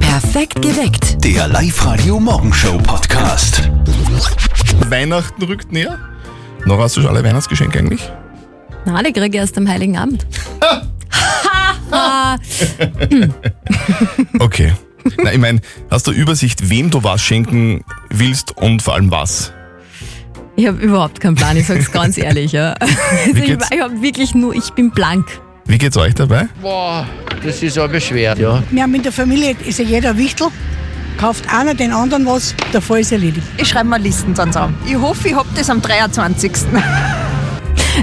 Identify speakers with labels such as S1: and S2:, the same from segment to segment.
S1: Perfekt geweckt.
S2: Der Live-Radio Morgenshow Podcast.
S3: Weihnachten rückt näher. Noch hast du schon alle Weihnachtsgeschenke eigentlich?
S4: Na, die kriege ich erst am Heiligen Abend.
S3: Okay. Na, ich meine, hast du Übersicht, wem du was schenken willst und vor allem was?
S4: Ich habe überhaupt keinen Plan, ich sag's ganz ehrlich. Ja. Also ich,
S3: geht's?
S4: ich hab wirklich nur, ich bin blank.
S3: Wie geht's euch dabei?
S5: Boah, das ist aber schwer, ja.
S6: Wir haben in der Familie, ist ja jeder Wichtel, kauft einer den anderen was, der Fall ist erledigt.
S7: Ich schreibe mal Listen dann zusammen. Ich hoffe, ich hab das am 23.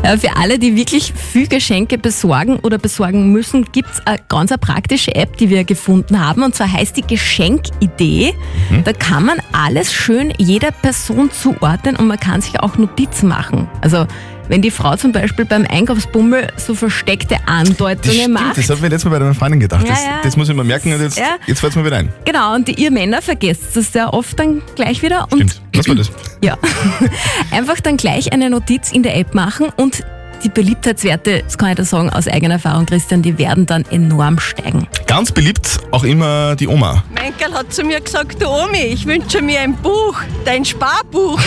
S4: Äh, Für alle, die wirklich viel Geschenke besorgen oder besorgen müssen, gibt's eine ganz eine praktische App, die wir gefunden haben. Und zwar heißt die Geschenkidee.
S3: Mhm.
S4: Da kann man alles schön jeder Person zuordnen und man kann sich auch Notizen machen. Also wenn die Frau zum Beispiel beim Einkaufsbummel so versteckte Andeutungen macht.
S3: das hat mir letztes Mal bei meiner Freundin gedacht.
S4: Ja,
S3: das,
S4: ja.
S3: das muss ich mir merken und jetzt,
S4: Ja.
S3: jetzt fällt mir wieder ein.
S4: Genau, und ihr Männer vergesst das ja oft dann gleich wieder. Und
S3: Stimmt. Lass mal das.
S4: Ja. Einfach dann gleich eine Notiz in der App machen und die Beliebtheitswerte, das kann ich da sagen, aus eigener Erfahrung, Christian, die werden dann enorm steigen.
S3: Ganz beliebt auch immer die Oma.
S7: Meinkel hat zu mir gesagt, du Omi, ich wünsche mir ein Buch, dein Sparbuch.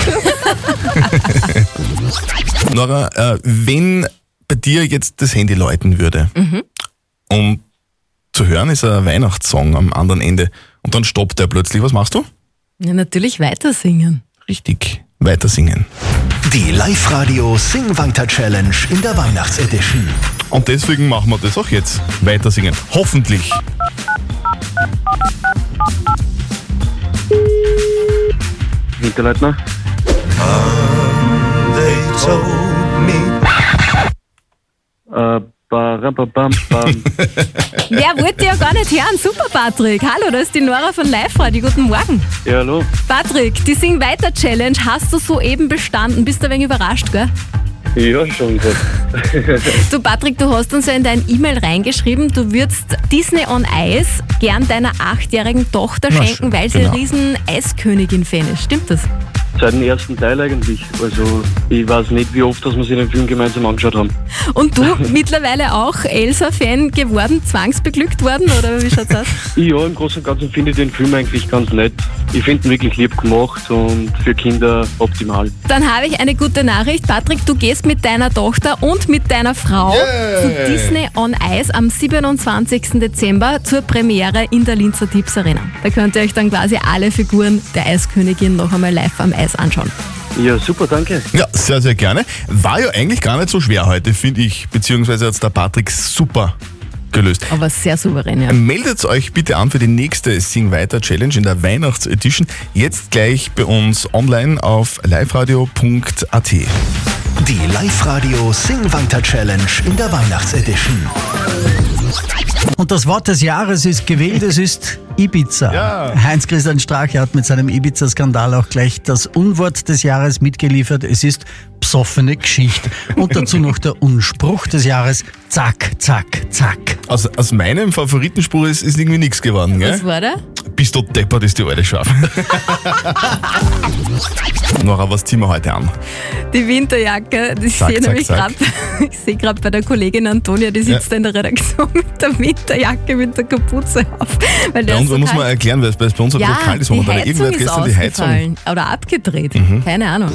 S3: Nora, äh, wenn bei dir jetzt das Handy läuten würde,
S4: Mhm.
S3: um zu hören, ist ein Weihnachtssong am anderen Ende und dann stoppt er plötzlich. Was machst du?
S4: Ja, natürlich weiter singen.
S3: Richtig. Weiter singen.
S2: Die Live-Radio Sing Weiter Challenge in der Weihnachtsedition.
S3: Und deswegen machen wir das auch jetzt. Weiter singen. Hoffentlich.
S8: Winterleitner. Äh, barababam, bam.
S4: Wer wollte ja gar nicht hören? Super, Patrick. Hallo, das ist die Nora von Live Radio. Guten Morgen.
S8: ja, hallo.
S4: Patrick, die Sing Weiter Challenge hast du soeben bestanden. Bist ein wenig überrascht, gell?
S8: Ja, schon gut.
S4: Du, Patrick, du hast uns ja in dein E-Mail reingeschrieben, du würdest Disney on Ice gern deiner achtjährigen Tochter
S3: Na schön,
S4: schenken, weil sie
S3: genau.
S4: eine riesen Eiskönigin-Fan ist. Stimmt das?
S8: Seit dem ersten Teil eigentlich. Also, ich weiß nicht, wie oft dass wir sich den Film gemeinsam angeschaut haben.
S4: Und du mittlerweile auch Elsa-Fan geworden, zwangsbeglückt worden, oder wie schaut's aus?
S8: Ja, im Großen und Ganzen finde ich den Film eigentlich ganz nett. Ich finde ihn wirklich lieb gemacht und für Kinder optimal.
S4: Dann habe ich eine gute Nachricht. Patrick, du gehst mit deiner Tochter und mit deiner Frau
S3: Yay.
S4: zu Disney on Ice am 27. Dezember zur Premiere in der Linzer Tipps Arena. Da könnt ihr euch dann quasi alle Figuren der Eiskönigin noch einmal live am Eis anschauen.
S8: Ja, super, danke.
S3: Ja, sehr, sehr gerne. War ja eigentlich gar nicht so schwer heute, finde ich. Beziehungsweise hat der Patrick super gelöst.
S4: Aber sehr souverän, ja.
S3: Meldet euch bitte an für die nächste Sing Weiter Challenge in der Weihnachtsedition. Jetzt gleich bei uns online auf liveradio.at.
S2: Die Live-Radio Sing Weiter Challenge in der Weihnachtsedition.
S9: Und das Wort des Jahres ist gewählt, es ist Ibiza.
S3: Ja.
S9: Heinz-Christian Strache hat mit seinem Ibiza-Skandal auch gleich das Unwort des Jahres mitgeliefert. Es ist psoffene Geschichte. Und dazu noch der Unspruch des Jahres. Zack, zack, zack.
S3: Aus, Also, aus meinem Favoritenspruch ist, ist irgendwie nichts geworden, gell?
S4: Was war da?
S3: Bist du deppert, ist die alte Schaf. Nora, was ziehen wir heute an?
S4: Die Winterjacke, ich
S3: Zack,
S4: sehe
S3: zack,
S4: nämlich
S3: zack.
S4: gerade seh grad bei der Kollegin Antonia, die sitzt da in der Redaktion mit der Winterjacke, mit der Kapuze auf. Weil
S3: Ja,
S4: der
S3: und
S4: so
S3: man muss
S4: kalt-
S3: mal erklären, weil es bei uns ein
S4: ja,
S3: bisschen kalt ist
S4: die
S3: momentan.
S4: Heizung
S3: Irgendwer hat
S4: ist
S3: gestern die Heizung Mhm.
S4: ausgefallen oder abgedreht, keine Ahnung.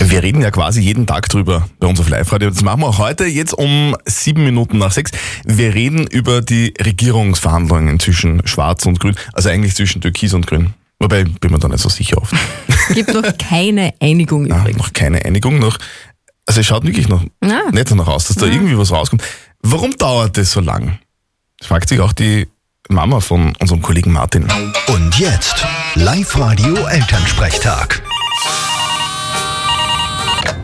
S3: Wir reden ja quasi jeden Tag drüber bei uns auf Live-Radio. Das machen wir auch heute, jetzt um sieben Minuten nach sechs. Wir reden über die Regierungsverhandlungen zwischen Schwarz und Grün, also eigentlich zwischen Türkis und Grün. Wobei bin mir da nicht so sicher oft.
S4: Gibt noch keine Einigung
S3: Na,
S4: übrigens.
S3: noch keine Einigung, noch. Also es schaut wirklich noch
S4: Ja.
S3: nicht danach aus, dass da irgendwie was rauskommt. Warum dauert das so lang? Das fragt sich auch die Mama von unserem Kollegen Martin.
S2: Und jetzt Live-Radio Elternsprechtag.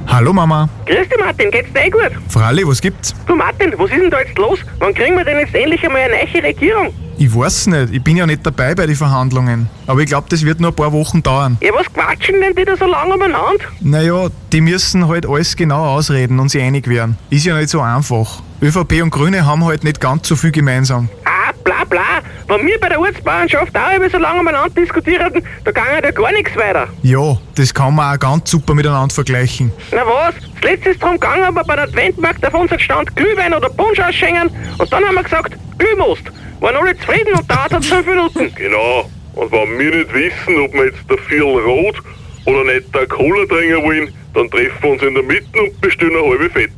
S10: Hallo Mama.
S11: Grüß dich Martin, geht's dir eh gut?
S10: Fralli, was gibt's?
S11: Du Martin, was ist denn da jetzt los? Wann kriegen wir denn jetzt endlich einmal eine neue Regierung?
S10: Ich weiß nicht, ich bin ja nicht dabei bei den Verhandlungen. Aber ich glaube, das wird nur ein paar Wochen dauern.
S11: Ja, was quatschen denn die da so lange umeinander?
S10: Naja, die müssen halt alles genau ausreden und sich einig werden. Ist ja nicht so einfach. ÖVP und Grüne haben halt nicht ganz so viel gemeinsam.
S11: Ah, bla bla. Wenn wir bei der Ortsbauernschaft auch immer so lange umeinander diskutierten, da ging ja gar nichts weiter.
S10: Ja, das kann man auch ganz super miteinander vergleichen.
S11: Na was? Das letzte ist drum gegangen, ob wir bei der Adventmarkt auf unseren Stand Glühwein oder Punsch ausschenken und dann haben wir gesagt, Glühmost. waren alle zufrieden und dauert hat fünf Minuten.
S1: Genau. Und wenn wir nicht wissen, ob wir jetzt der Vierl rot oder nicht der Cola trinken wollen, dann treffen wir uns in der Mitte und bestellen eine halbe Fetze.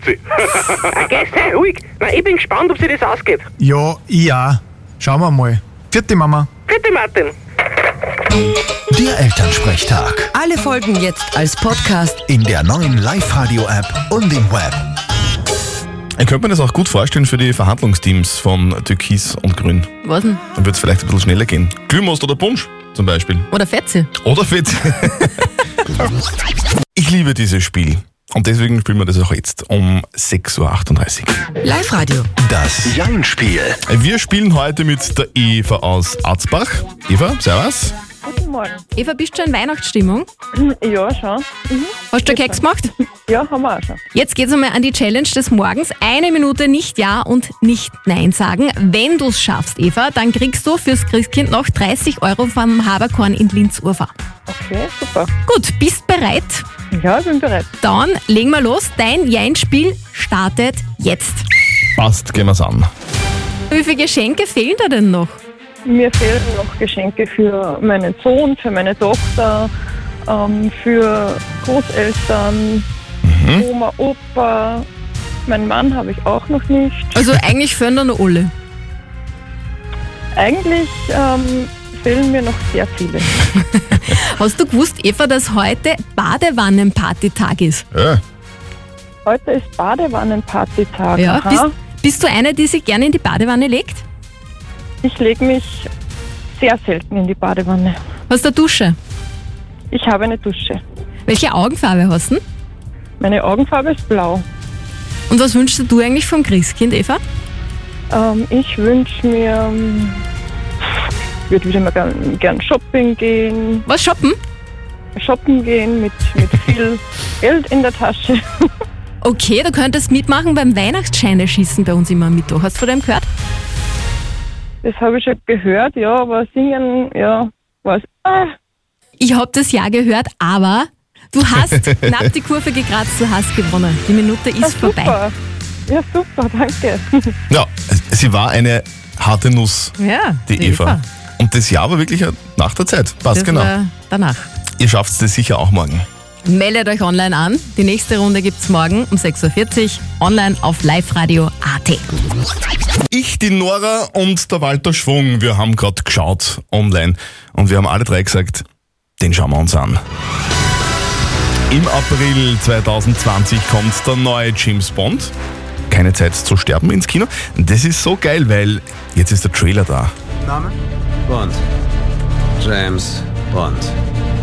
S11: Geh, sei Äh, ruhig. Nein, ich bin gespannt, ob sich das ausgeht.
S10: Ja, ich auch. Schauen wir mal. Vierte Mama.
S11: Bitte, Martin.
S2: Der Elternsprechtag.
S12: Alle Folgen jetzt als Podcast.
S2: In der neuen Live-Radio-App und im Web.
S3: Ich könnte mir das auch gut vorstellen für die Verhandlungsteams von Türkis und Grün.
S4: Was denn?
S3: Dann wird es vielleicht ein bisschen schneller gehen. Glühmost oder Punsch zum Beispiel.
S4: Oder Fetze?
S3: Oder Fett. ich liebe dieses Spiel. Und deswegen spielen wir das auch jetzt um 6.38 Uhr.
S12: Live-Radio.
S3: Das Jan-Spiel. Wir spielen heute mit der Eva aus Arzbach. Eva, servus.
S4: Guten Morgen. Eva, bist du schon in Weihnachtsstimmung?
S13: Ja, schon.
S4: Hast du Keks gemacht?
S13: Ja, haben wir auch schon.
S4: Jetzt geht's einmal an die Challenge des Morgens. Eine Minute nicht Ja und nicht Nein sagen. Wenn du's schaffst, Eva, dann kriegst du fürs Christkind noch 30 Euro vom Haberkorn in Linz-Urfa.
S13: Okay, super.
S4: Gut, bist bereit?
S13: Ja, ich bin bereit.
S4: Dann legen wir los. Dein Jein-Spiel startet jetzt.
S3: Passt, gehen wir's an.
S4: Wie viele Geschenke fehlen da denn noch?
S13: Mir fehlen noch Geschenke für meinen Sohn, für meine Tochter, ähm, für Großeltern, Oma, Opa. Meinen Mann habe ich auch noch nicht.
S4: Also eigentlich fehlen da noch alle.
S13: Eigentlich ähm, fehlen mir noch sehr viele.
S4: Hast du gewusst, Eva, dass heute Badewannenpartytag ist?
S3: Ja.
S13: Heute ist Badewannenpartytag.
S4: Ja,
S13: aha.
S4: bist, bist du eine, die sich gerne in die Badewanne legt?
S13: Ich lege mich sehr selten in die Badewanne.
S4: Hast du eine Dusche?
S13: Ich habe eine Dusche.
S4: Welche Augenfarbe hast du?
S13: Meine Augenfarbe ist blau.
S4: Und was wünschst du dir eigentlich vom Christkind, Eva?
S13: Ähm, ich wünsche mir, ähm, ich würde wieder mal gern, gern shopping gehen.
S4: Was shoppen?
S13: Shoppen gehen mit, mit viel Geld in der Tasche.
S4: Okay, du könntest mitmachen beim Weihnachtsscheine schießen bei uns immer am Mittwoch. Hast du von dem gehört?
S13: Das habe ich schon gehört, ja, aber singen, ja, was. Ah,
S4: Ich hab das ja gehört, aber du hast knapp die Kurve gekratzt, du hast gewonnen. Die Minute ist vorbei.
S13: super. Ja, super, danke.
S3: Ja, sie war eine harte Nuss,
S4: Ja,
S3: die Eva. Und das Jahr war wirklich nach der Zeit. Passt
S4: Das
S3: genau.
S4: war danach.
S3: Ihr schafft es das sicher auch morgen.
S4: Meldet euch online an. Die nächste Runde gibt's morgen um 6.40 Uhr online auf liveradio.at.
S3: Ich, die Nora und der Walter Schwung, wir haben gerade geschaut online und wir haben alle drei gesagt, den schauen wir uns an. Im April 2020 kommt der neue James Bond. Keine Zeit zu sterben ins Kino. Das ist so geil, weil jetzt ist der Trailer da.
S14: Name? Bond. James Bond.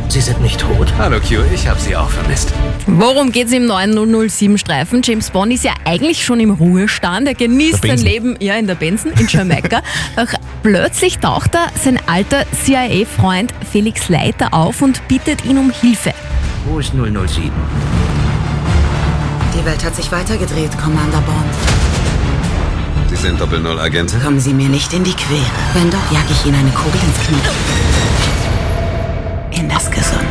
S14: Sie sind nicht tot. Hallo Q, ich habe Sie auch vermisst.
S4: Worum geht's im neuen 007-Streifen? James Bond ist ja eigentlich schon im Ruhestand. Er genießt
S3: Der
S4: sein
S3: Benson.
S4: Leben ja, in der Benson, in Jamaika. Doch plötzlich taucht er sein alter CIA-Freund Felix Leiter auf und bittet ihn um Hilfe.
S15: Wo ist 007?
S16: Die Welt hat sich weitergedreht, Commander Bond.
S14: Sie sind Doppel-Null-Agente?
S16: Kommen Sie mir nicht in die Quere. Wenn doch, jag ich Ihnen eine Kugel ins Knie. In das Gesunde.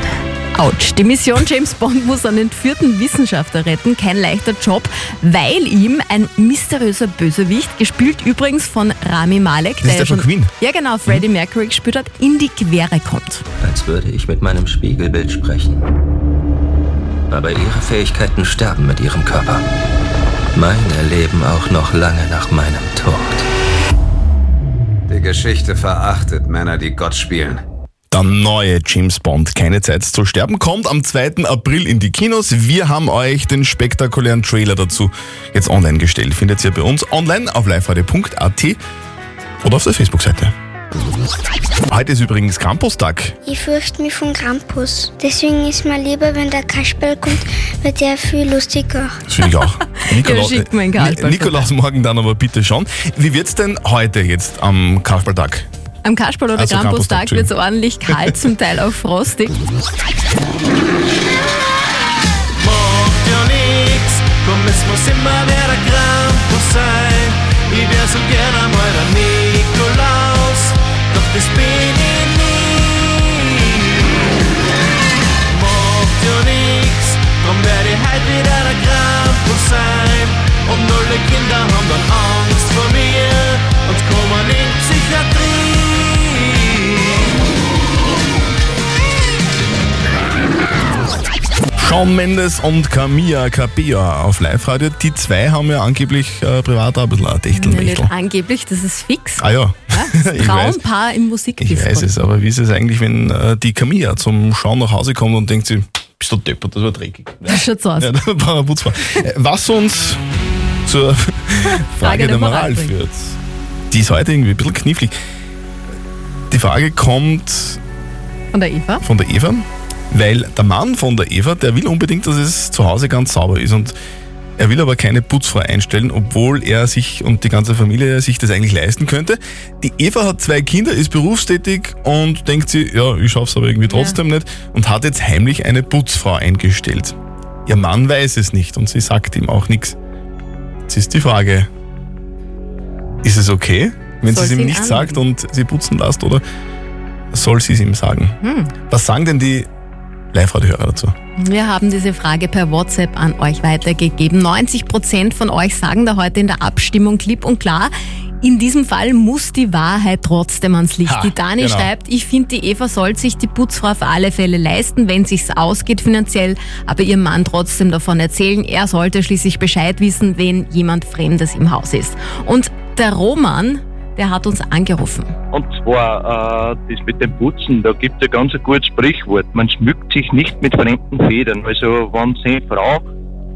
S4: Autsch, die Mission James Bond muss einen entführten Wissenschaftler retten, kein leichter Job, weil ihm ein mysteriöser Bösewicht, gespielt übrigens von Rami Malek,
S14: Das ist der von Queen. Mhm.
S4: Ja genau, Freddie Mercury gespielt hat, in die Quere kommt.
S14: Als würde ich mit meinem Spiegelbild sprechen. Aber Ihre Fähigkeiten sterben mit Ihrem Körper. Meine leben auch noch lange nach meinem Tod. Die Geschichte verachtet Männer, die Gott spielen.
S3: Der neue James Bond, keine Zeit zu sterben, kommt am 2. April in die Kinos. Wir haben euch den spektakulären Trailer dazu jetzt online gestellt. Findet ihr bei uns online auf liveradio.at oder auf der Facebook-Seite. Heute ist übrigens Krampustag.
S17: Ich fürchte mich von Krampus. Deswegen ist mir lieber, wenn der Kasperl kommt, wird der viel lustiger.
S3: Das finde ich auch.
S17: Ja, schickt mir einen Karlsberg
S3: Ni- Nikolaus morgen dann aber bitte schon. Wie wird's denn heute jetzt am Kasperltag?
S4: Am Kasperl oder
S3: Also
S4: Krampustag
S3: Krampustag,
S4: wird es ordentlich kalt, zum Teil auch frostig.
S18: macht ja nix. Komm, es muss immer wieder Krampus sein. Ich wär so gern einmal der Nikolaus, doch das bin ich nie. Macht ja nix, drum werd ich halt wieder der Krampus sein. Und alle Kinder haben dann Angst vor mir und kommen in sich
S3: Shawn Mendes und Camilla Cabello auf Live-Radio. Die zwei haben ja angeblich äh, privat auch ein bisschen ein
S4: Nein, nicht
S3: Techtelmechtel.
S4: angeblich, das ist fix.
S3: Ah ja.
S4: Das
S3: Ich weiß.
S4: Traumpaar im Musikdisco.
S3: Ich weiß es, aber wie ist es eigentlich, wenn äh, die Camilla zum Schauen nach Hause kommt und denkt sie, bist du deppert, das war dreckig.
S4: Das schaut so aus.
S3: Ja, da war ein Putzfahrer. Äh, Was uns zur Frage,
S4: Frage
S3: der,
S4: der Moral
S3: Moral
S4: bringt.
S3: führt. Die ist heute irgendwie ein bisschen knifflig. Die Frage kommt
S4: Von der Eva.
S3: von der Eva, weil der Mann von der Eva, der will unbedingt, dass es zu Hause ganz sauber ist und er will aber keine Putzfrau einstellen, obwohl er sich und die ganze Familie sich das eigentlich leisten könnte. Die Eva hat zwei Kinder, ist berufstätig und denkt sie, ja, ich schaff's aber irgendwie trotzdem nicht und hat jetzt heimlich eine Putzfrau eingestellt. Ihr Mann weiß es nicht und sie sagt ihm auch nichts. Jetzt ist die Frage, ist es okay, wenn sie
S4: Soll
S3: es
S4: sie
S3: ihm
S4: ihn
S3: nicht sagt und sie putzen lässt oder soll sie es ihm sagen?
S4: Hm.
S3: Was sagen denn die Live-Radio-Hörer dazu?
S4: Wir haben diese Frage per WhatsApp an euch weitergegeben. 90% von euch sagen da heute in der Abstimmung klipp und klar, in diesem Fall muss die Wahrheit trotzdem ans Licht.
S15: Ha,
S4: die Dani
S15: genau.
S4: schreibt, ich finde, die Eva soll sich die Putzfrau auf alle Fälle leisten, wenn sich's ausgeht finanziell, aber ihrem Mann trotzdem davon erzählen. Er sollte schließlich Bescheid wissen, wenn jemand Fremdes im Haus ist. Und der Roman, der hat uns angerufen.
S19: Und zwar äh, das mit dem Putzen, da gibt es ein ganz ein gutes Sprichwort. Man schmückt sich nicht mit fremden Federn. Also wenn seine Frau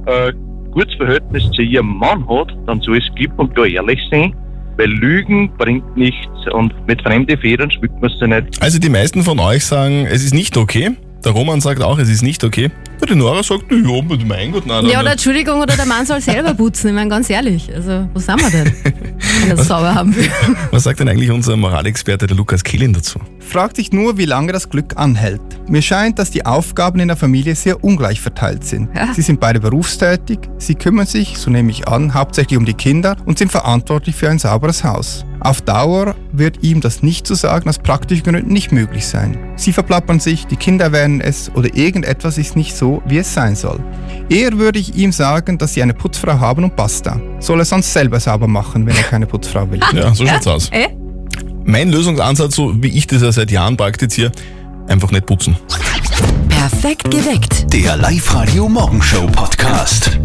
S19: äh, gutes Verhältnis zu ihrem Mann hat, dann soll es klipp und klar ehrlich sein. Weil Lügen bringt nichts und mit fremden Federn schmückt man sie nicht.
S3: Also die meisten von euch sagen, es ist nicht okay. Der Roman sagt auch, es ist nicht okay. Ja, die Nora sagt, ja, mit mein Gott, nein,
S4: Ja,
S3: nein,
S4: oder
S3: nein.
S4: Entschuldigung, oder der Mann soll selber putzen. Ich meine, ganz ehrlich, also wo sind wir denn, wenn er es sauber haben will?
S3: Was sagt denn eigentlich unser Moralexperte, der Lukas Kehlin, dazu?
S20: Fragt sich nur, wie lange das Glück anhält. Mir scheint, dass die Aufgaben in der Familie sehr ungleich verteilt sind. Sie sind beide berufstätig, sie kümmern sich, so nehme ich an, hauptsächlich um die Kinder und sind verantwortlich für ein sauberes Haus. Auf Dauer wird ihm das nicht zu sagen aus praktischen Gründen nicht möglich sein. Sie verplappern sich, die Kinder erwähnen es oder irgendetwas ist nicht so, wie es sein soll. Eher würde ich ihm sagen, dass sie eine Putzfrau haben und basta. Soll er sonst selber sauber machen, wenn er keine Putzfrau will.
S3: Ja, so schaut's aus.
S4: Ah, Äh?
S3: Mein Lösungsansatz, so wie ich das ja seit Jahren praktiziere, einfach nicht putzen.
S12: Perfekt geweckt.
S2: Der Live-Radio Morgenshow Podcast.